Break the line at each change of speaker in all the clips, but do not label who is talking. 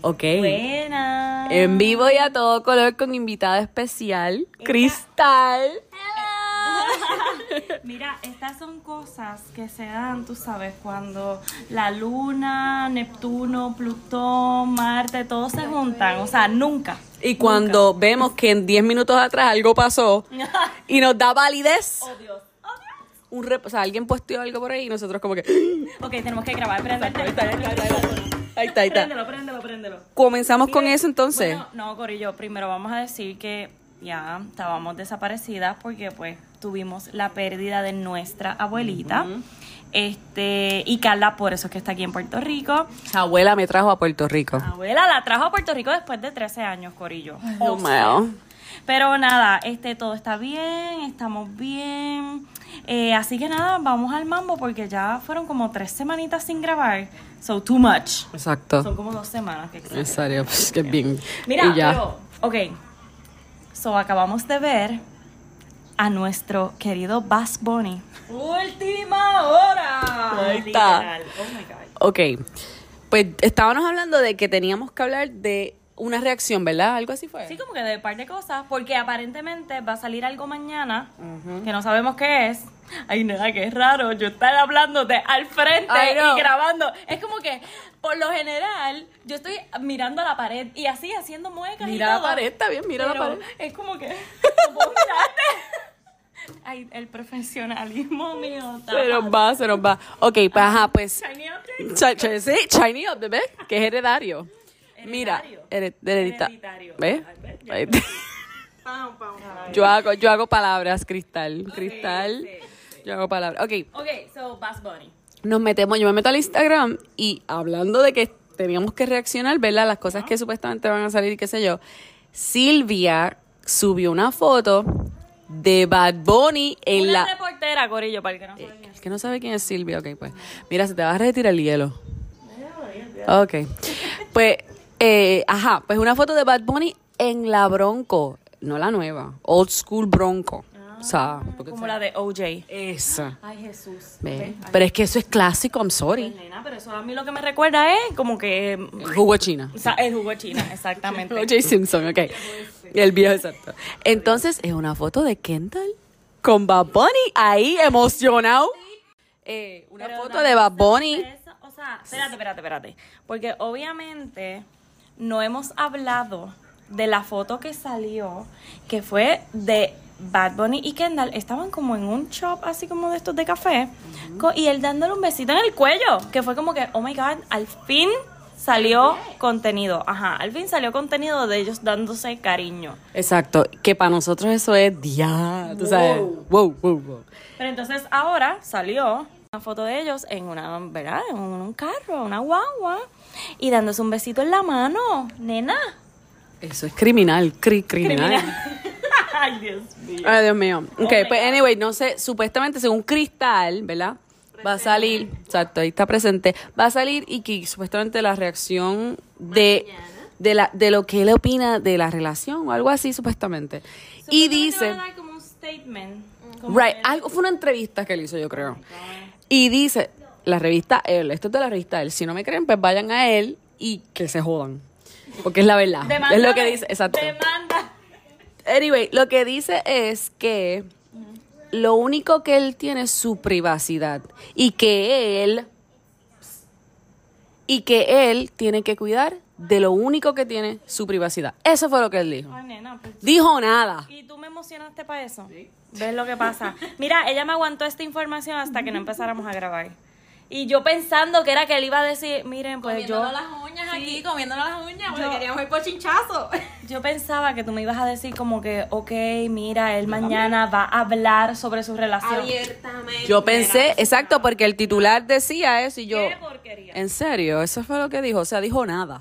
Ok.
Buenas.
En vivo y a todo color con invitada especial, Cristal.
Mira, estas son cosas que se dan, tú sabes, cuando la luna, Neptuno, Plutón, Marte, todos se juntan. O sea, nunca.
Y cuando vemos que en 10 minutos atrás algo pasó y nos da validez,
Oh Dios. Oh, Dios.
un rep- o sea, alguien posteó algo por ahí y nosotros como que...
Ok, tenemos que grabar. Préndelo,
Ahí está, ahí está, ahí
préndelo,
está. Ahí está, ahí está.
préndelo, préndelo, préndelo.
Comenzamos con
Mira,
eso entonces.
bueno, no, Corillo, primero vamos a decir que ya estábamos desaparecidas porque pues tuvimos la pérdida de nuestra abuelita. Este, y Carla por eso es que está aquí en Puerto Rico.
Su abuela me trajo a Puerto Rico.
Abuela la trajo a Puerto Rico después de 13 años, Corillo.
Lo mío.
Pero nada, este todo está bien, estamos bien. Eh, así que nada, vamos al mambo porque ya fueron como tres semanitas sin grabar. So too much.
Exacto.
Son como dos semanas que existen.
En serio, pues, que bien.
Mira,
Y ya.
pero, ok. So, acabamos de ver a nuestro querido Bass Bunny. ¡Última hora!
Ahí está.
Literal. Oh my God.
Ok. Pues estábamos hablando de que teníamos que hablar de una reacción, ¿verdad? Algo así fue.
Sí, como que de un par de cosas, porque aparentemente va a salir algo mañana que no sabemos qué es. Ay, nada, que es raro yo estar hablando de al frente
I know.
y grabando. Es como que, por lo general, yo estoy mirando a la pared y así haciendo muecas y
Mira la
todo.
pared, está bien, mira la
Pero
pared.
Es como que. no puedo mirarte. Ay, el profesionalismo mío. está-
Se nos va, se nos va. Ok, pues ajá, pues.
Shiny object.
Chi- chi- sí, Shiny Up, bebé, que es heredario. Mira, hered- heredita-
Hereditario.
¿Ves?
Ay, pues, ve,
Ahí te- Yo hago, yo hago palabras, cristal. Cristal. Yo hago palabras. Ok.
Ok, so Bass Bunny.
nos metemos, yo me meto al Instagram y hablando de que teníamos que reaccionar, ¿verdad? Las cosas que supuestamente van a salir, qué sé yo. Silvia subió una foto de Bad Bunny en
Una
la... Eh,
reportera, Corillo, para el que no sabe.
Es que no sabe quién es Silvia, ok, pues. Mira, se te va a retirar el hielo. Ok. Pues, eh, ajá, pues una foto de Bad Bunny en la Bronco, no la nueva, Old School Bronco. o sea, porque-
Como la de OJ.
esa.
Ay, Jesús.
Ve. Pero es que eso es clásico, I'm sorry.
Nena, pero eso a mí lo que me recuerda es como que.
Jugo China.
O sea, el jugo de China, exactamente.
OJ Simpson, ok. El viejo exacto. Entonces, es una foto de Kendall con Bad Bunny ahí emocionado. Eh, una
Pero
foto
dame
de Bad
esa
Bunny.
sorpresa, O sea, espérate, espérate, espérate. Porque obviamente no hemos hablado de la foto que salió, que fue de Bad Bunny y Kendall. Estaban como en un shop así como de estos de café. co- Y él dándole un besito en el cuello. Que fue como que, oh my god, al fin salió contenido. Ajá, al fin salió contenido de ellos dándose cariño.
Exacto. Que para nosotros eso es ya. Tú sabes. Wow, wow, wow.
Pero entonces ahora salió una foto de ellos en una, ¿verdad? En un carro, una guagua, y dándose un besito en la mano, nena.
Eso es criminal. Cri, criminal.
Ay, Dios mío.
Ay, Dios mío. Ok,
my
pues anyway, no sé, supuestamente según Cristal, ¿verdad? Va a salir, exacto, ahí está presente. Va a salir y que supuestamente la reacción de, de, la, de lo que él opina de la relación o algo así, supuestamente. y dice,
Va a dar como un statement. como
right,
que-
algo, fue una entrevista que él hizo, yo creo. Y dice, la revista él, esto es de la revista él, si no me creen, pues vayan a él y que se jodan. Porque es la verdad. es lo que
Demándame,
dice, exacto.
Demanda.
Anyway, lo que dice es que lo único que él tiene es su privacidad y que él y que él tiene que cuidar de lo único que tiene su privacidad. Eso fue lo que él dijo.
Ay, nena, pues.
Dijo nada.
Y tú me emocionaste para eso. ¿Ves lo que pasa? Mira, ella me aguantó esta información hasta que no empezáramos a grabar. Y yo pensando que era que él iba a decir, miren, pues yo...
comiéndonos las uñas aquí, comiéndonos las uñas, porque queríamos ir por chinchazo.
Yo pensaba que tú me ibas a decir como que, ok, mira, él mañana va a hablar sobre su relación.
Abiertamente.
Yo pensé, exacto, porque el titular decía eso y yo,
¡Qué porquería!
en serio, eso fue lo que dijo, o sea, dijo nada.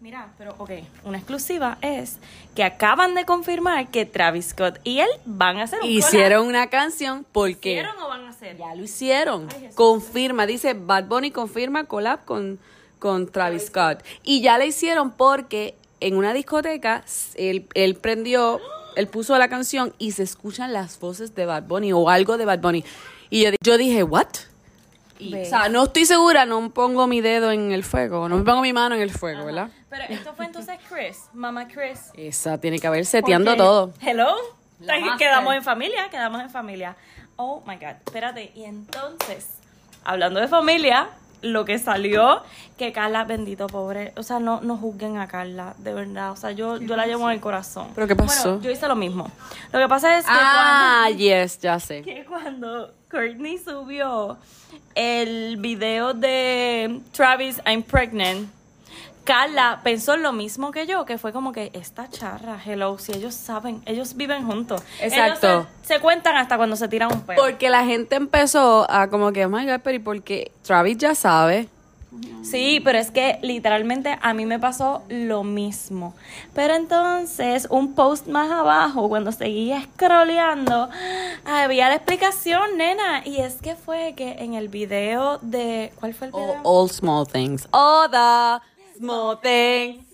Mira, pero ok, una exclusiva es que acaban de confirmar que Travis Scott y él van a hacer un
Hicieron una canción
collab.
porque
¿Hicieron o van a hacer?
Ya lo hicieron. confirma, dice Bad Bunny confirma collab con, con Travis Scott. Y ya la hicieron porque en una discoteca s- él, él prendió, él puso la canción y se escuchan las voces de Bad Bunny o algo de Bad Bunny. Y yo, di- yo dije, ¿what? Y, o sea, no estoy segura, no pongo mi dedo en el fuego, no me pongo mi mano en el fuego, ¿verdad?
Pero esto fue entonces Chris, mamá Chris.
Esa tiene que haber seteando
Porque-
todo.
Hello.
La
Ahí
master.
Quedamos en familia, quedamos en familia. Oh my God. Espérate. Y entonces, hablando de familia, lo que salió, que Carla, bendito pobre. O sea, no, no juzguen a Carla, de verdad. O sea, yo, yo la llevo en el corazón.
¿Pero qué pasó?
Bueno, yo hice lo mismo. Lo que pasa es que
Ah, yes, ya sé.
que cuando Courtney subió el video de Travis I'm pregnant, Carla pensó lo mismo que yo, que fue como que esta charra, hello, si ellos saben, ellos viven juntos. Ellos
Exacto.
se, se cuentan hasta cuando se tiran un pelo.
Porque la gente empezó a como que, oh my God, pero ¿y por qué? Travis ya sabe.
Sí, pero es que literalmente a mí me pasó lo mismo. Pero entonces, un post más abajo, cuando seguía scrolleando, había la explicación, nena. Y es que fue que en el video de. ¿Cuál fue el video?
All, all small things. All the small things.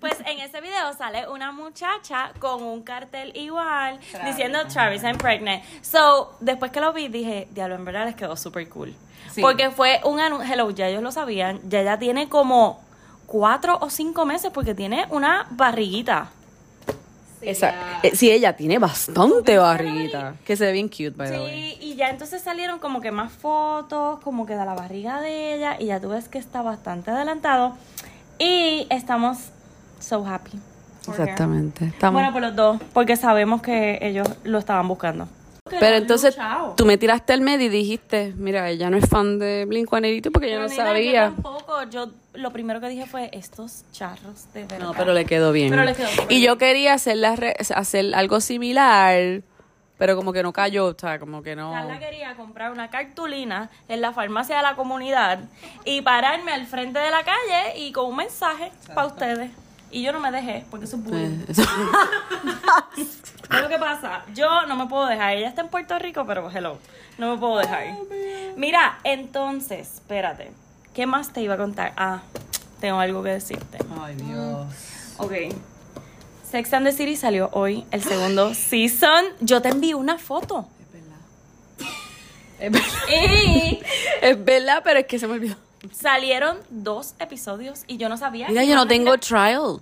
Pues en ese video sale una muchacha con un cartel igual diciendo Travis I'm pregnant. So, después que lo vi dije, diablo, en verdad les quedó super cool.
Sí.
Porque fue un anuncio, hello, ya ellos lo sabían, ya ella tiene como cuatro o cinco meses porque tiene una barriguita.
Esa, eh, sí, ella tiene bastante barriguita. Que se ve bien cute, by the way.
Sí, y ya entonces salieron como que más fotos, como que de la barriga de ella, y ya tú ves que está bastante adelantado. Y estamos so happy. for her.
Exactamente. Estamos.
Bueno, pues, por los dos, porque sabemos que ellos lo estaban buscando.
pero entonces tú me tiraste al medio y dijiste, mira, ella no es fan de Blink porque yo no
Pero, nena,
sabía.
Yo tampoco, yo lo primero que dije fue estos charros de verdad.
No, pero le quedó bien.
Pero le quedó súper
y yo quería hacer, la re- hacer algo similar, pero como que no cayó, o sea, como que no. Eh,
Carla quería comprar una cartulina en la farmacia de la comunidad y pararme al frente de la calle y con un mensaje para ustedes. Y yo no me dejé, porque eso es bullying.
Eh, eso-
¿Qué es lo que pasa? Yo no me puedo dejar. Ella está en Puerto Rico, pero hello. No me puedo dejar.
Oh,
Mira, entonces, espérate. ¿Qué más te iba a contar? Ah, tengo algo que decirte.
Ay, Dios.
Ok. Sex and the City salió hoy, el segundo season. Yo te envié una foto.
Es verdad.
Y
Es verdad, pero es que se me olvidó.
salieron dos episodios y yo no sabía.
Mira, yo no tengo trial.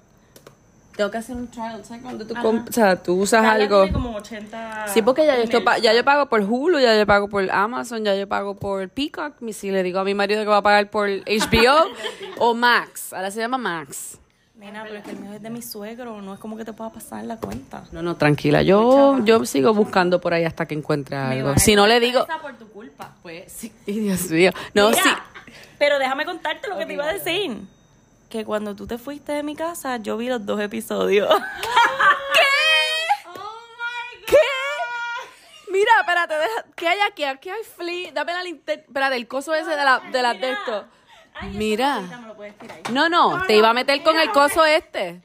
Tengo que hacer un trial, ¿sabes? Cuando tú, comp- o sea, tú usas
Carla
algo.
tiene como 80
Sí, porque ya yo, estoy pa-
emails.
ya yo pago por Hulu, ya yo pago por Amazon, ya yo pago por Peacock. Y si le digo a mi marido que va a pagar por HBO o Max, ahora se llama Max.
Nena, pero es que el mío es de mi suegro, no es como que te pueda pasar la cuenta.
No, no, tranquila. Yo, yo sigo buscando por ahí hasta que encuentre algo. Si no le digo.
por tu culpa.
Pues sí. Ay, Dios mío. No,
Mira,
sí.
Pero déjame contarte lo que te iba a decir. Que cuando tú te fuiste de mi casa, yo vi los dos episodios.
Oh ¿Qué? Mira, espérate, deja- ¿qué hay aquí? Aquí hay Flea. Dame la linterna. Espérate, el coso ese de, la, de las de esto. Mira. No, no, te iba a meter con el coso este.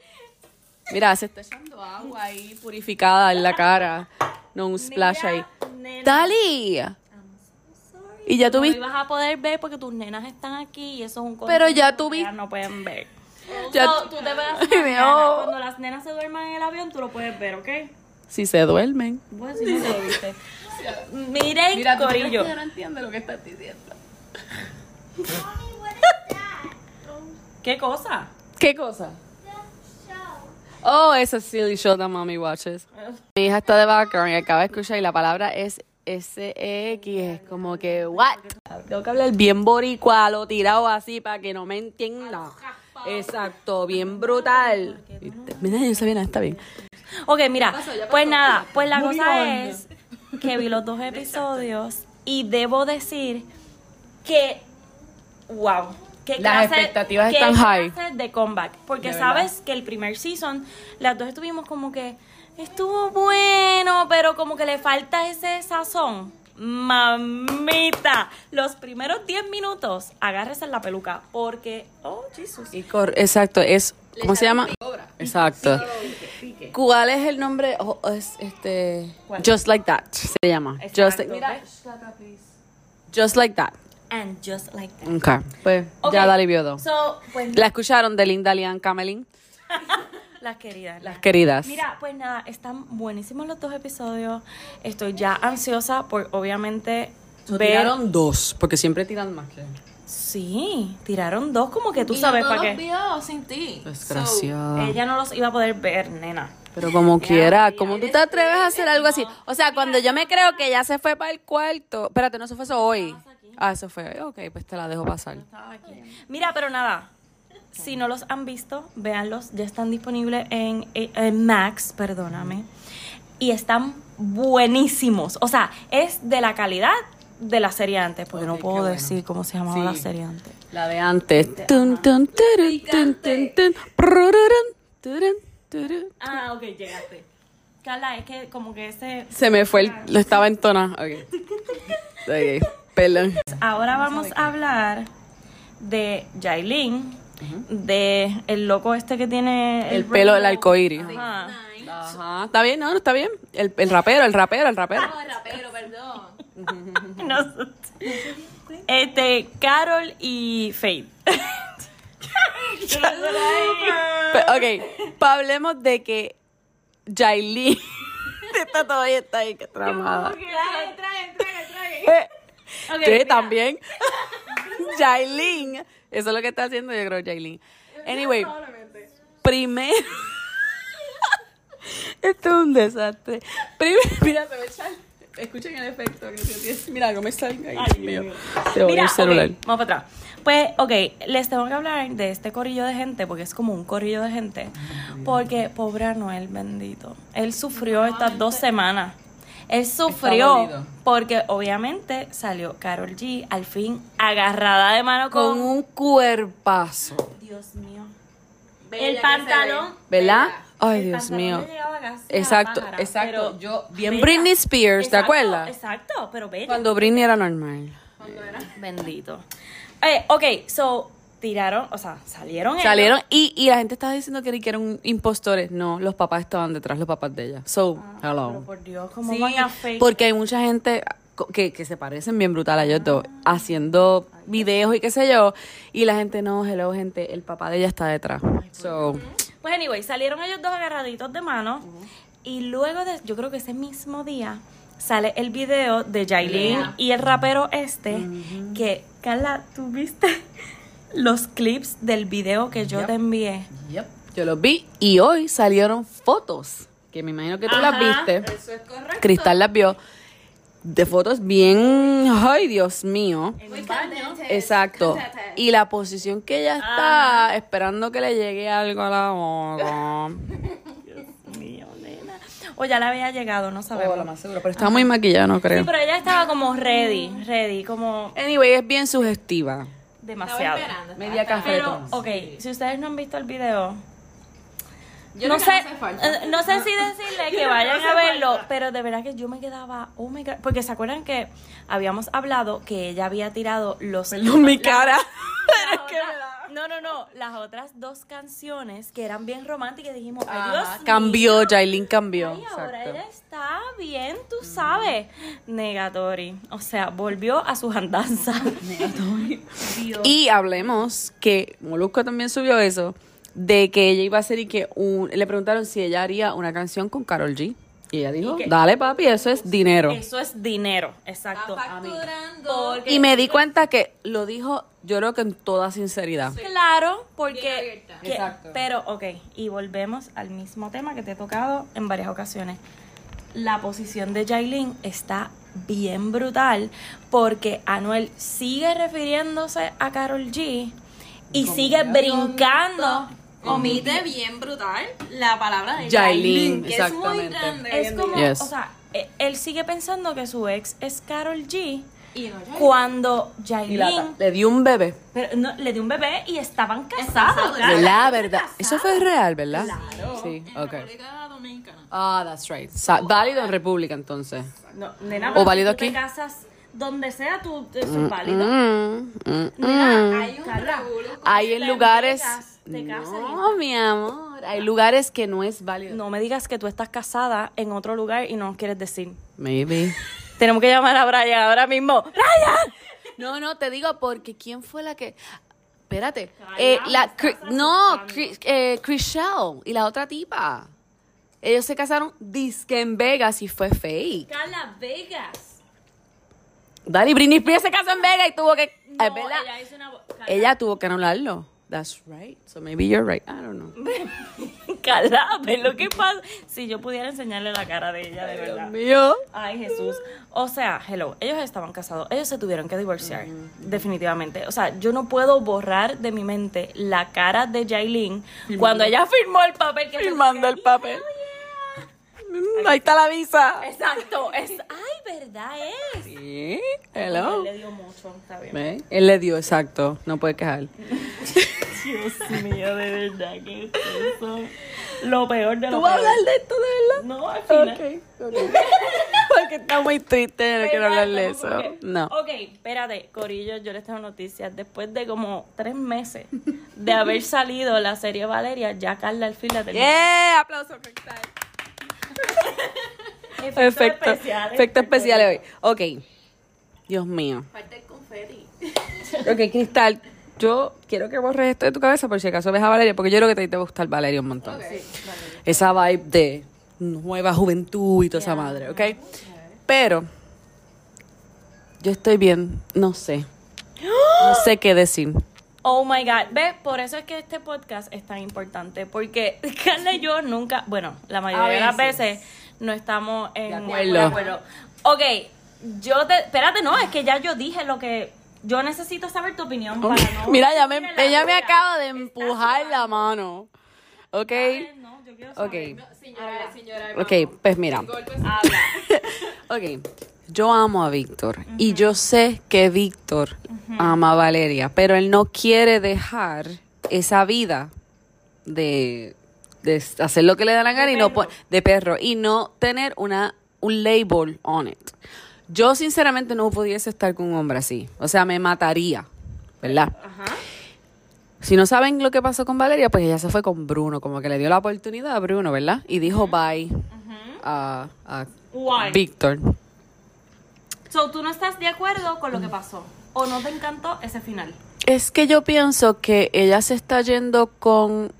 Mira, se está echando agua ahí purificada en la cara. No, un splash ahí. ¡Dali! Y ya
Tú no
tuviste.
ibas a poder ver porque tus nenas están aquí y eso es un
Pero ya
contenido
tú
que
vi-
ellas no pueden ver.
Ya
So,
tú-
tú te verás
Ay, me
mañana.
ahogo.
Cuando las nenas se duerman en el avión, tú lo puedes ver, ¿ok?
Si se duermen.
Bueno, si no te lo viste. Miren, corillo.
no entiende lo que estás diciendo.
¿Qué cosa?
¿Qué cosa? Oh, esa silly show that mommy watches. Mi hija está de background y acaba de escuchar y la palabra es SX, es como que what? Tengo que hablar bien boricua, lo tirado así para que no me entienda. Exacto, bien brutal. Mira, yo sabía nada, está bien.
Ok, mira, pues nada, pues la cosa es que vi los dos episodios y debo decir que, wow, que
Las expectativas
qué
están high.
clase de comeback, porque
De verdad.
sabes que el primer season las dos estuvimos como que estuvo bueno, pero como que le falta ese sazón. Mamita, los primeros 10 minutos agárrese la peluca porque, oh, Jesús.
Y cor- exacto, es ¿cómo se llama? Exacto. ¿Cuál es el nombre? O- o es este Just Like That se llama. Just like,
Exacto,
mira,
¿ves?
Just Like That.
And just like that.
Okay. Pues
Ok,
ya Dali vio dos.
So, pues
La escucharon de Linda Lian Camelin,
las queridas.
las queridas.
Mira, pues nada, están buenísimos los dos episodios. Estoy ya ansiosa por obviamente
So,
ver.
tiraron dos, porque siempre tiran más que.
Sí, tiraron dos como que tú sabes para qué. Ah.
vio sin ti.
Pues Desgraciada.
Ella no los iba a poder ver, nena.
Pero como quiera, como tú
eres
te atreves a hacer algo así. O sea, cuando yo me creo que ya se fue para el cuarto. Espérate, no, eso fue eso hoy. Ah, eso fue hoy. Ok, pues te la dejo pasar.
Mira, pero nada. Si no los han visto, véanlos. Ya están disponibles en, en Max, perdóname. Y están buenísimos. O sea, es de la calidad de la serie antes. Porque
Ok,
no
qué
puedo
bueno.
decir cómo se llamaba
Sí.
la serie antes.
La de antes. Tun, tun, turun, tun, tun, tun, prururun, turun, turun.
Ah, ok, llegaste. Carla, es que como que este, ese...
Se me fue el. Lo estaba entonando. Ok. Ok, perdón.
Ahora vamos a hablar de Jailin, de el loco este que tiene...
El pelo del
rainbow.
arcoíris.
Ajá.
Ajá. Está bien, no, no, está bien. El, el rapero, el rapero, el rapero.
No, el rapero, perdón.
Nosotros. Este, Carol y Faith.
Pe- ok, pa- hablemos de que Jailin está todavía está ahí, que tramada.
Trae, trae, trae, trae.
Eh, que también. Jailin. Eso es lo que está haciendo yo creo Jailin. Anyway, primero. Esto es un desastre. Primero, mira, se me echa- Escuchen el efecto. que tiene. Mira, no me salga ahí. Dios mío. Te voy
Mira,
el
ok,
celular.
vamos para atrás. Pues, ok, les tengo que hablar de este corrillo de gente, porque es como un corrillo de gente. Porque, pobre Anuel, bendito. Él sufrió estas dos semanas. Él sufrió
dolido.
porque, obviamente, salió Carol G al fin agarrada de mano
Con
con.
un cuerpazo.
Dios mío.
Bella
el
que
pantalón.
¿Verdad? Ay,
el
Dios
pantalón
mío.
le llegaba casi a la
Exacto,
pájara,
exacto.
pero-
Yo, bien
Bella.
Britney Spears, ¿te
Exacto,
acuerdas?
Exacto, pero bella.
Cuando Britney era normal.
Bendito. Eh, ok, so tiraron, o sea, salieron. ellos.
Salieron y, y la gente estaba diciendo que eran impostores. No, los papás estaban detrás, los papás de ella. So,
Ah, Pero
hello.
por Dios, ¿cómo
Sí,
van a fake?
porque hay mucha gente co- que, que se parecen bien brutal a ellos dos,
Ah.
haciendo videos y qué sé yo. Y la gente, no, hello, gente, el papá de ella está detrás. So,
Pues anyway, salieron ellos dos agarraditos de mano. Y luego de, yo creo que ese mismo día, sale el video de Jailin
Yeah.
y el rapero este. Que, Carla, ¿tú viste los clips del video que yo
Yep.
te envié?
yo los vi y hoy salieron fotos, que me imagino que tú las viste.
Eso es correcto.
Cristal las vio de fotos bien, ay Dios mío.
Muy candente.
Exacto.
Candente.
Y la posición que ella
Ah.
está esperando que le llegue algo a la boca.
Mío, nena. O ya le había llegado,
Oh,
no sabemos.
más seguro, pero está muy maquillada, no
sí,
creo.
pero ella estaba como ready, ready, como
Anyway, es bien sugestiva.
Estaba
demasiado.
esperando. estaba
Media
esperando.
Pero,
cafetón.
ok, si ustedes no han visto el video,
Yo
no
creo que
sé,
no hace falta.
eh, no sé si decirle que
creo que
vayan
no
a
hace
verlo,
falta.
pero de verdad que yo me quedaba, oh my god, porque se acuerdan que habíamos hablado que ella había tirado los
Perdón, mi cara.
las otras- no, no, no, las otras dos canciones que eran bien románticas y dijimos, ay Dios
Ah,
mío,
cambió, Jailin cambió.
ay, ahora
Exacto.
ella está bien, tú sabes. Negatori. O sea, volvió a sus andanzas.
Y hablemos que Molusco también subió eso, de que ella iba a hacer y que un- le preguntaron si ella haría una canción con Carol G. Y ella dijo,
Y que-
dale papi, eso es dinero.
Eso es dinero, exacto.
Está facturando.
Y me di cuenta que lo dijo, yo creo que en toda sinceridad.
Claro, porque...
abierta.
que-
Exacto.
Pero, ok, y volvemos al mismo tema que te he tocado en varias ocasiones. La posición de Jailin está bien brutal porque Anuel sigue refiriéndose a Carol G y sigue brincando.
Omite bien brutal la palabra de
Yailin,
Yailin, que es muy
exactamente.
grande. hoy
Es
en
como,
día.
Yes.
o sea, e- él sigue pensando que su ex es Carol G
Y no, Yailin.
cuando
Y la-
Jailin
le dio un bebé.
pero, no, le dio un bebé y estaban casados.
casados,
Carla.
la verdad. Eso fue real, ¿verdad? Sí,
En
ok.
República Dominicana.
Ah, that's right. Sa- válido en República, entonces.
No, nena,
¿O
pero si
válido
tú te
aquí?
casas donde sea, tú eso es válido.
Mm, mm.
Nena, hay un
Carla,
revolú con
Hay en
te
lugares...
entregas, te casas y-
No, mi amor. Hay lugares que no es válido.
No me digas que tú estás casada en otro lugar y no nos quieres decir.
Maybe.
Tenemos que llamar a Brian ahora mismo. ¡Brian!
No, no, te digo porque ¿quién fue la que...? Espérate. Eh, la, Cri- no, Cri- eh, Chriselle y la otra tipa. Ellos se casaron disque en Vegas y fue fake.
Carla Vegas.
Dale, Britney Spears se casó en Vegas y tuvo que es Ah, verdad.
ella hizo una... bo- Carla,
Ella tuvo que anularlo. That's right. So maybe you're right. I don't know.
Carla, ¿ves lo que pasa? Si yo pudiera enseñarle la cara de ella, de
Dios
verdad.
mío.
Ay, Jesús. O sea, hello, ellos estaban casados, ellos se tuvieron que divorciar, definitivamente. O sea, yo no puedo borrar de mi mente la cara de Jailin cuando ella firmó el papel que
Firmando el papel. Mm, Ahí está la visa.
Oh, Exacto, es, ay, verdad es.
Sí. Hello.
Él le dio mucho, está bien.
¿Ve? Él le dio, exacto. No puede quejar.
Dios mío, de verdad que es eso. Lo peor de lo
¿Tú vas a
peor.
hablar de esto de
No, al final.
verdad? Ok. ok. Porque está muy triste. No quiero
Exacto,
hablar de eso.
como que,
No.
Ok, espérate, Corillo, yo les tengo noticias. Después de como tres meses de haber salido la serie Valeria, ya Carla al fin la tenía.
Yeah, aplauso. Rectal. Efecto, efecto especial hoy. Ok. Dios mío.
Falta el confeti.
Ok, Cristal, yo quiero que borres esto de tu cabeza por si acaso ves a Valeria, porque yo creo que te, te va a gustar Valeria un montón. Esa vibe de nueva juventud y toda esa madre, ¿ok? Pero yo estoy bien, no sé.
¡Ah!
No sé qué decir.
Oh my God. ¿Ves? Por eso es que este podcast es tan importante. Porque Carla y yo nunca, bueno, la mayoría
A
de las
veces.
veces no estamos en
De acuerdo.
Ok, yo te. Espérate, no, es que ya yo dije lo que. Yo necesito saber tu opinión para no.
Mira, ya me,
Mira,
ella me
mira.
acaba de empujar la mano. ¿Ok?
Ay, No, yo quiero
Ok.
saber.
Señora, señora.
Ok, pues mira. Ok, yo amo a Víctor y yo sé que Víctor ama a Valeria, pero él no quiere dejar esa vida de, de hacer lo que le da la gana y no po- de perro y no tener una un label on it. Yo sinceramente no pudiese estar con un hombre así, o sea, me mataría, ¿verdad? Si no saben lo que pasó con Valeria, pues ella se fue con Bruno, como que le dio la oportunidad a Bruno, ¿verdad? Y dijo bye a, a
Why?
Víctor.
So, ¿tú no estás de acuerdo con lo que pasó? ¿O no te encantó ese final?
Es que yo pienso que ella se está yendo con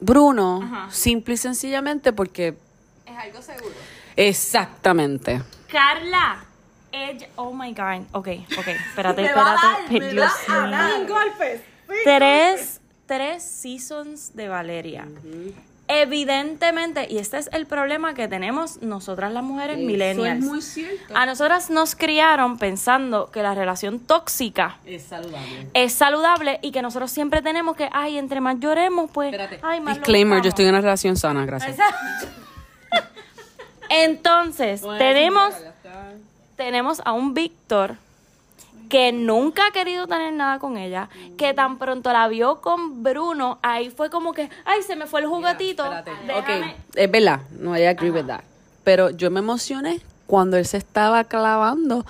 Bruno,
Ajá.
simple y sencillamente porque...
Es algo seguro.
Exactamente.
Carla. Ella, oh my god. Ok, ok, espérate,
Me va a
espérate.
dar,
Ay,
me
Dios
va a
mío.
dar. golpes.
Tres, tres seasons de Valeria. Evidentemente, y este es el problema que tenemos nosotras las mujeres millennials.
cierto.
A nosotras nos criaron pensando que la relación tóxica
Es saludable.
es saludable y que nosotros siempre tenemos que, ay, entre más lloremos, pues, ay, más lo
Disclaimer, yo
buscamos.
estoy en una relación sana, gracias.
Entonces, tenemos, tenemos a un Víctor que nunca ha querido tener nada con ella, que
Mm.
tan pronto la vio con Bruno, ahí fue como que, ay, se me fue el juguetito. déjame".
Ok, es verdad, no hay agree with that. Pero yo me emocioné cuando él se estaba clavando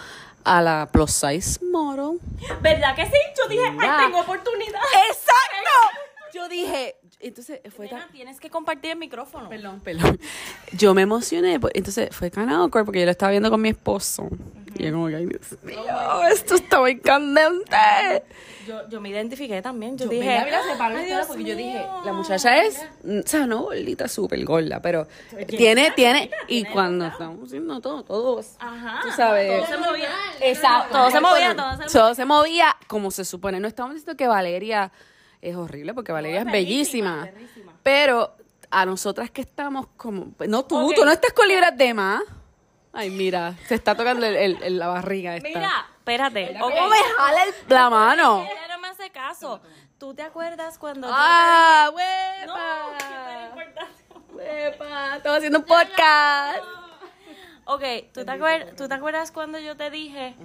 a la plus size model.
¿Verdad que sí? Yo dije,
Ya.
ay, tengo oportunidad.
¡Exacto! Yo dije, entonces fue tan...
Nena, tienes que compartir el micrófono.
Perdón, perdón. Yo me emocioné, pues, entonces fue tan awkward porque yo lo estaba viendo con mi esposo. Y yo como que, ay, Dios mío, esto está muy candente.
Yo, yo me identifiqué también. Yo,
Yo
dije,
mira, mira, se paró
"Ay,
y todo,
Dios
porque yo dije,
mío".
la muchacha es, mm, o sea, no gordita, súper gorda, pero tiene, tiene, y cuando estamos haciendo todo, todos,
Ajá.
tú sabes.
Todo se movía.
Exacto.
Todo se movía, todo se movía.
Todo se movía como se supone. No estamos diciendo que Valeria es horrible, porque Valeria es bellísima. Pero a nosotras que estamos como... pues, No tú,
Ok.
tú no estás con libras de más. Ay, mira, se está tocando el, el- el- la barriga esta.
Mira, espérate. ok.
¿Cómo me jala el- la mano?
Ella no me hace caso. ¿Tú te acuerdas cuando yo
¡Ah,
te dije, No, que tan
huepa!
importante.
¡Huepa! Estamos haciendo un podcast.
Ok, ¿tú te, acuer- ¿tú te acuerdas cuando yo te dije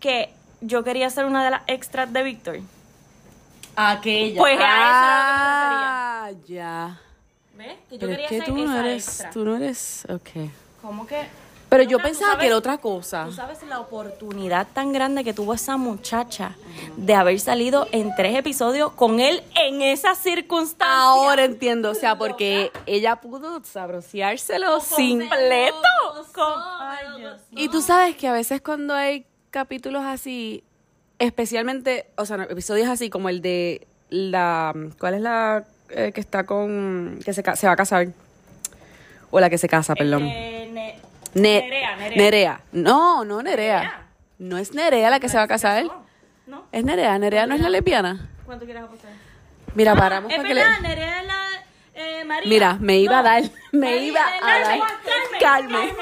que yo quería ser una de las extras de Víctor?
Aquella.
Pues a
ah, ya.
¿Ves? Que yo
Pero
quería
es que
ser
tú no
esa
eres,
extra.
tú no eres, ok.
¿Cómo que?
Pero
Loca,
yo
tú
pensaba
sabes-
que era otra cosa.
Tú sabes la oportunidad tan grande que tuvo esa muchacha de haber salido en tres episodios con él en esa circunstancia.
Ahora entiendo, o sea, porque ella pudo sabroseárselo sin...
completo. Con-
Ay,
Ay, Dios.
Y tú sabes que a veces cuando hay capítulos así, especialmente, o sea, no, episodios así como el de la... ¿Cuál es la eh, que está con... que se, ca- se va a casar? O la que se casa, perdón.
Eh, ne-
Ne-
Nerea, Nerea.
Nerea. No, no Nerea.
Nerea.
No es Nerea la que se va a casar.
No.
Es Nerea, Nerea no es la lesbiana.
¿Cuánto quieres apostar?
Ah,
Mira, paramos
Es
para que le...
verdad, Nerea es la... eh, María.
Mira, me iba a
No.
dar, me
María
iba
es
a
la-
dar,
Carmen,
Carmen,
Carmen.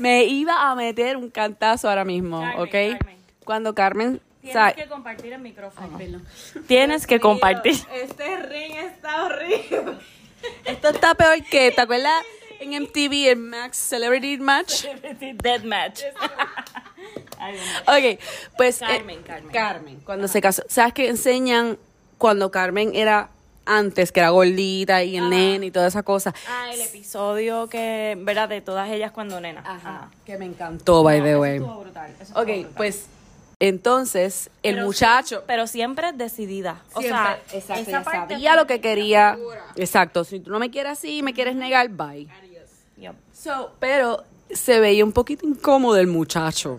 me iba a meter un cantazo ahora mismo,
Carmen,
¿ok?
Carmen.
Cuando Carmen,
Tienes
sa-
que compartir el micrófono.
Tienes que compartir.
Tío, Este ring está horrible.
esto está peor que, ¿te acuerdas? En MTV, el Max Celebrity Match.
Dead match.
Ok, pues. eh,
Carmen, Carmen.
Cuando se casó. ¿Sabes que enseñan cuando Carmen era antes, que era gordita y el nene y toda esa cosa?
Ah, el episodio que, ¿verdad? De todas ellas cuando nena. Ah. Ajá.
Que me encantó, by the way.
Estuvo brutal. eso estuvo
Ok,
brutal.
pues. Entonces, el
Pero
muchacho.
Pero siempre decidida. O sea,
Siempre, exacto,
esa
ya
parte
sabía lo que quería. Exacto, si tú no me quieres así y me quieres negar, bye.
Yep.
So, pero se veía un poquito incómodo el muchacho.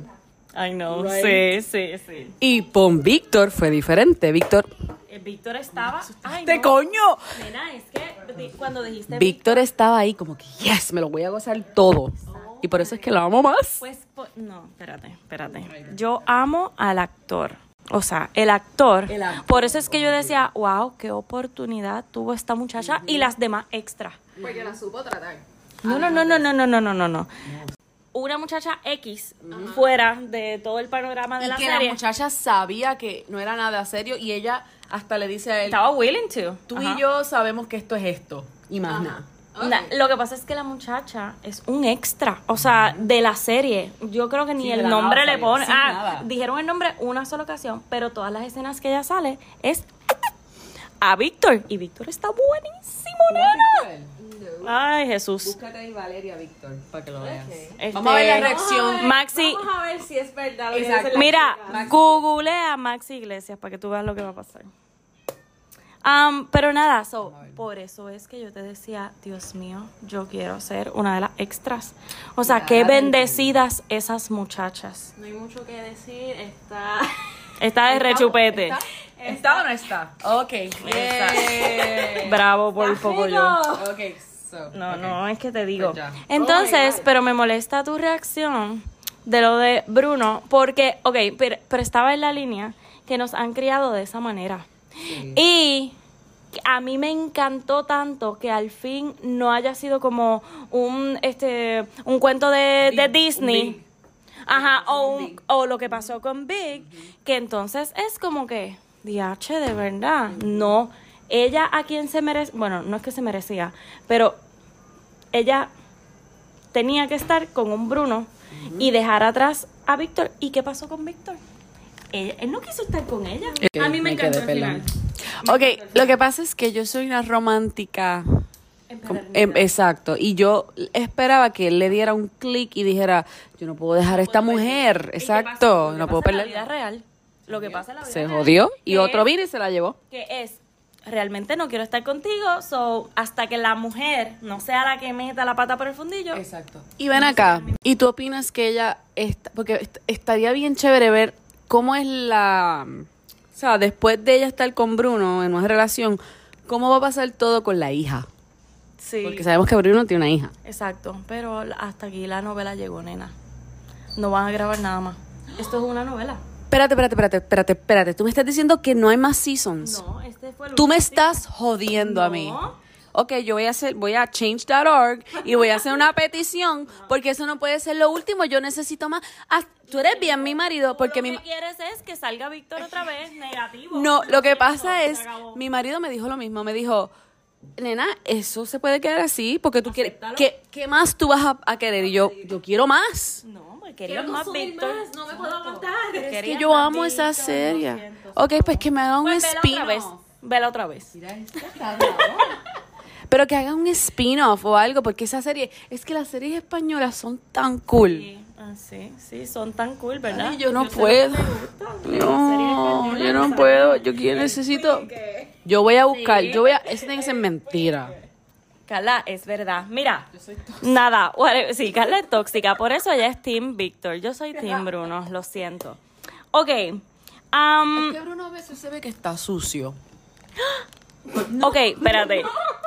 I know. Sí, sí, sí.
Y con Víctor fue diferente. Víctor,
El Eh, Víctor estaba. Ay,
¡te
no.
coño!
Nena, es que di- cuando dijiste
Víctor estaba ahí como que, yes, me lo voy a gozar todo. Y por eso es que lo amo más.
Pues, po- no, espérate, espérate. Yo amo al actor. O sea, el actor.
El actor.
Por eso es que yo decía, wow, qué oportunidad tuvo esta muchacha y las demás extra.
pues,
Porque la supo tratar.
No, no, no, no, no, no, no, no, no, no. Una muchacha X fuera de todo el panorama de la serie.
muchacha sabía que no era nada serio y ella hasta le dice a
Estaba willing to. Ajá.
yo sabemos que esto es esto y más nada.
Na- lo que pasa es que la muchacha es un extra, o sea, de la serie. Yo creo que
Mm.
ni
Sí, de
el
la nada
nombre le
salió,
pone.
sí,
ah,
nada.
dijeron el nombre una sola ocasión, pero todas las escenas que ella sale es a Víctor. Y Víctor está buenísimo, nena. Ay, Jesús.
Búscate ahí Valeria Víctor para que lo veas.
Este,
Vamos a ver la reacción.
Maxi,
Vamos a ver si es verdad lo que
Exacto.
dice la
mira,
chica.
googlea a Maxi Iglesias para que tú veas lo que va a pasar. Am, pero nada, so, por eso es que yo te decía, Dios mío, yo quiero ser una de las extras. O sea, qué bendecidas esas muchachas.
No hay mucho que decir. Está.
Está de rechupete.
¿Está o no está? Ok. Yay.
Bravo por poco yo.
Ok, so.
No,
ok.
no, es que te digo.
Pues ya.
Entonces, pero me molesta tu reacción de lo de Bruno, porque, ok, pero, pero estaba en la línea que nos han criado de esa manera. Y a mí me encantó tanto que al fin no haya sido como un, este, un cuento de,
Big,
de
un
Disney.
big.
Ajá, o, un- o lo que pasó con Big, que entonces es como que, DH, de verdad, no. Ella a quien se merece, bueno, no es que se merecía, pero ella tenía que estar con un Bruno y dejar atrás a Víctor. ¿Y qué pasó con Víctor? Él, él no quiso estar con ella.
Ok,
A mí me encantó
quedé
el
pelón.
final.
Ok, lo que pasa es que yo soy una romántica. com- em- exacto. Y yo esperaba que él le diera un clic y dijera, yo no puedo dejar a esta mujer. Exacto. No puedo
Pasa en la vida
perderla.
real. Lo que pasa en la vida
Se
real,
jodió. Y
que
otro
es-
vino y se la llevó.
Que es, realmente no quiero estar contigo, so, hasta que la mujer no sea la que meta la pata por el fundillo.
Exacto. Y ven acá, ¿y tú opinas que ella está, porque est- estaría bien chévere ver cómo es la, o sea, después de ella estar con Bruno en una relación, cómo va a pasar todo con la hija?
Sí.
Porque sabemos que Bruno tiene una hija.
Exacto, pero la- hasta aquí la novela llegó, nena. No van a grabar nada más. Esto es una novela.
Espérate, espérate, espérate, espérate, espérate. Tú me estás diciendo que no hay más seasons.
No, este fue el
Tú me
último.
estás jodiendo a mí.
No.
Ok, yo voy a hacer, voy a change.org y voy a hacer una petición porque eso no puede ser lo último. Yo necesito más. Ah, tú eres bien mi marido
Tú
porque
lo
mi
que quieres es que salga Víctor otra vez negativo.
No, lo que pasa
Eso, se
es,
acabó.
mi marido me dijo lo mismo, me dijo, nena, eso se puede quedar así porque tú quieres, ¿qué, qué más tú vas a, a querer? Y yo, yo quiero más.
No, me quería
Quiero
más
consumir
Víctor.
más. No me puedo aguantar.
Es que
Quería
yo
más
amo esa
Víctor, lo
serie.
siento,
Ok, pues que me haga un
Pues
spin-off.
vela otra vez. Vela otra vez.
Pero que haga un spin-off o algo, porque esa serie, es que las series españolas son tan cool.
Sí, ah, sí, sí, son tan cool, ¿verdad?
Ay, yo no puedo. No, yo no puedo. Yo qui- necesito. Yo voy a buscar, yo voy a. Eso tiene que ser mentira.
Carla, es verdad. Mira, nada, whatever. sí, Carla es tóxica, por eso ella es Team Víctor. Yo soy Team Bruno, lo siento. Ok, um, am,
Que Bruno a veces se ve que está sucio.
ok, espérate.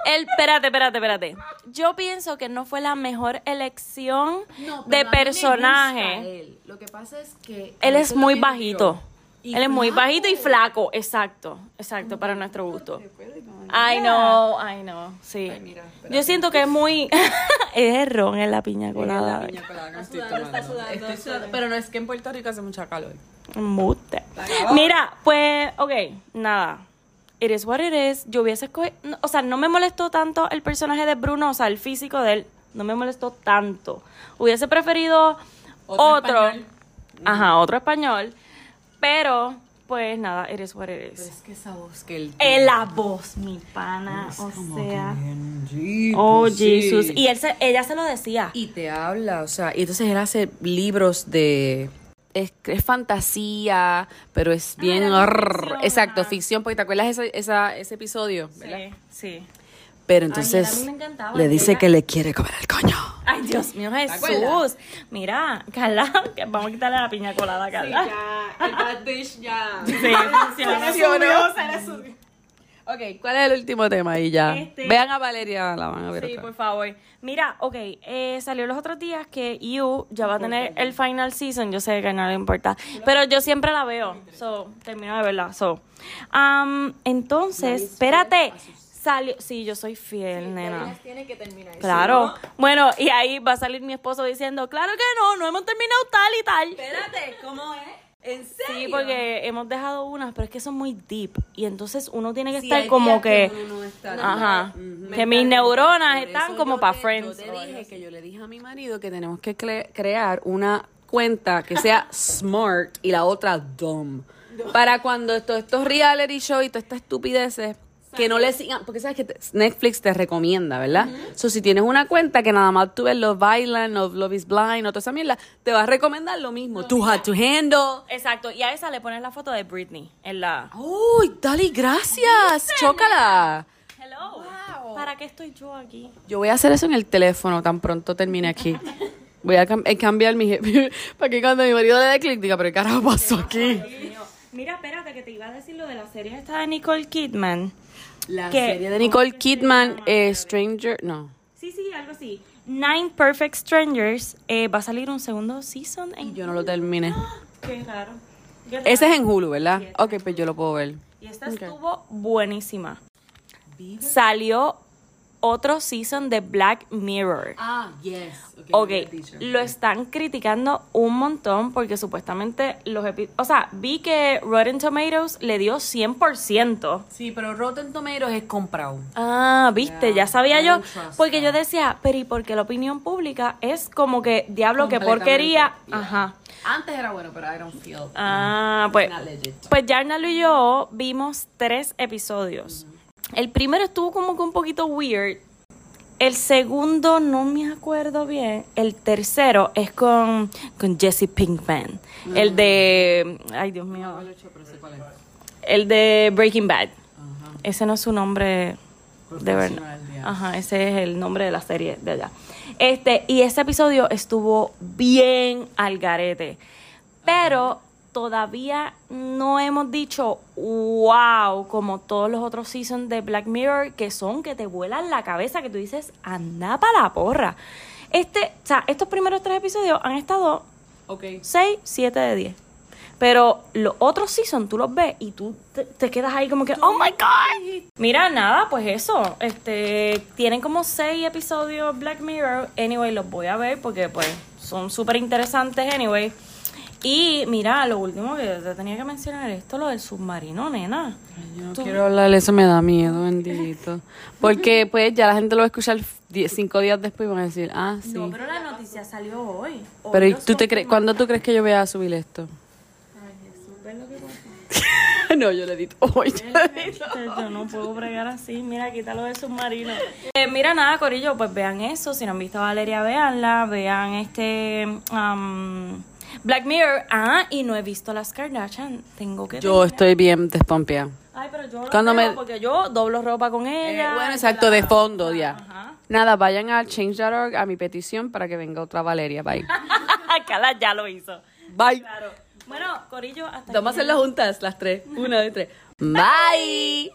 El, espérate, espérate, espérate. Yo pienso que no fue la mejor elección
No, pero
de
a mí me gusta
personaje.
él. Lo que pasa es que.
Él
a
es
veces lo
muy
pienso
bajito.
yo.
Él es muy bajito y flaco, exacto, exacto, para nuestro gusto. I know, I know, sí. Yo siento que es muy... es ron en la piña colada.
estoy Pero no es que en Puerto Rico hace mucha calor.
Embuste. Mira, pues, ok, nada. It is what it is. Yo hubiese escogido. O sea, no me molestó tanto el personaje de Bruno, o sea, el físico de él. No me molestó tanto. Hubiese preferido otro.
Otro español.
Ajá, otro español. Pero, pues nada, it is what it is.
Es que esa voz que él
Eh, la voz, mi pana. O sea. Oh, Jesús. Y él se- ella se lo decía.
Y te habla, o sea, y entonces él hace libros de... Es, es fantasía, pero es bien...
era
arr,
Ah, ficción,
exacto,
ajá.
ficción, porque te acuerdas esa, esa- ese episodio, ¿verdad?
sí.
Pero
Ay, a
entonces
mí me encantaba,
le dice
era-
que le quiere comer el coño.
Ay, Dios mío, Jesús.
acuerdas?
Mira, Carla, que vamos a quitarle la piña colada a Carla.
Ya, el bad dish ya.
Sí, funciona.
Funcionó.
Se le subió.
Ok, ¿cuál es el último tema? Y ya.
Este-
Vean a Valeria, la van a ver.
Sí,
otra
por
vez.
favor. Mira, ok, eh, salió los otros días que You ya va a tener el final season. Yo sé que no le importa, pero yo siempre la veo. So, termino de verla. So, um, entonces, espérate. Salió, sí, yo soy fiel, nena.
Tiene que terminar.
Claro. Bueno, y ahí va a salir mi esposo diciendo, claro que no, no hemos terminado tal y tal.
Espérate, ¿cómo es? ¿En serio?
Sí, porque hemos dejado unas, pero es que son muy deep. Y entonces uno tiene que
Sí, hay
estar como
días
que.
uno no está-
Ajá.
Ujú.
Que mis neuronas
Por
están
eso
como
yo
para
te-
friends.
Yo te dije que yo le dije a mi marido que tenemos que cre- crear una cuenta que sea smart y la otra dumb. Para cuando esto- estos reality shows y todas estas estupideces que no le sigan, porque sabes que te- Netflix te recomienda, ¿verdad? So, si tienes una cuenta que nada más tú ves Love Island, o Love is Blind, o toda esa mierda, te va a recomendar lo mismo. Tú had to handle.
Exacto. Y a esa le pones la foto de Britney en la.
¡Uy, Dali, gracias! ¡Chócala!
Hello. ¿Para qué estoy yo aquí?
Yo voy a hacer eso en el teléfono tan pronto termine aquí. Voy a cam- eh, cambiar mi... para que cuando mi marido le dé clic diga, pero ¿qué carajo pasó aquí?
Mira, espérate, que te iba a decir lo de la serie esta de Nicole Kidman.
La
¿Qué?
serie de Nicole Kidman, eh, Stranger... No.
Sí, sí, algo así. Nine Perfect Strangers. eh, va a salir un segundo season. En...
Yo no lo terminé.
Qué raro. Yo-
Ese es en Hulu, ¿verdad? Ok, pues yo lo puedo ver.
Y esta estuvo buenísima. Salió otro season de Black Mirror.
Ah, yes.
Ok, lo están criticando un montón porque supuestamente los episodios... O sea, vi que Rotten Tomatoes le dio 100%.
Sí, pero Rotten Tomatoes es comprado.
Ah, viste,
Yeah,
ya sabía
I
yo.
don't trust
Porque yo
that.
decía, pero ¿y por qué la opinión pública es como que, diablo, qué
Completamente,
porquería?
yeah.
Ajá.
Antes era bueno, pero I don't feel...
Ah, pues,
Not legit.
pues Yarnalo y yo vimos tres episodios. El primero estuvo como que un poquito weird. El segundo no me acuerdo bien. El tercero es con, con Jesse Pinkman. El de. Ay, Dios mío. El de Breaking Bad. Ese no es su nombre de verdad.
Profesional, ya.
Ajá, ese es el nombre de la serie de allá. Este, y ese episodio estuvo bien al garete. Pero todavía no hemos dicho wow, como todos los otros seasons de Black Mirror, que son que te vuelan la cabeza, que tú dices, anda para la porra. Este, o sea, estos primeros tres episodios han estado
Ok.
6, 7 de 10. Pero los otros season tú los ves y tú te, te quedas ahí como que, oh my god. Mira, nada, pues eso. Este, tienen como 6 episodios Black Mirror. Anyway, los voy a ver porque pues son súper interesantes. Anyway. Y mira, lo último que te tenía que mencionar esto, lo del submarino, nena.
Yo no quiero hablar, eso me da miedo, bendito. Porque pues ya la gente lo va a escuchar die- cinco días después y van a decir, ah, sí. pero
la noticia salió hoy.
¿y tú te crees, ¿cuándo tú crees que yo voy a subir esto? no, yo lo edito hoy. yo lo edito.
Este, Yo no puedo bregar así. Mira, quítalo del submarino. Eh, mira, nada, Corillo, pues vean eso. Si no han visto a Valeria, véanla. Vean este. um, Black Mirror. Ah, y no he visto las Kardashian. Tengo que.
Yo estoy bien despompeada.
Ay, pero yo.
Cuando
Cuando
me- Eh,
me... Porque yo doblo ropa con ella.
bueno, exacto, de fondo ya. Nada, vayan a change.org a mi petición para que venga otra Valeria. Bye.
Carla ya lo hizo.
Bye.
Claro. Bueno, Corillo, hasta
Vamos a hacerlo juntas, las tres. Una, dos, tres. Bye.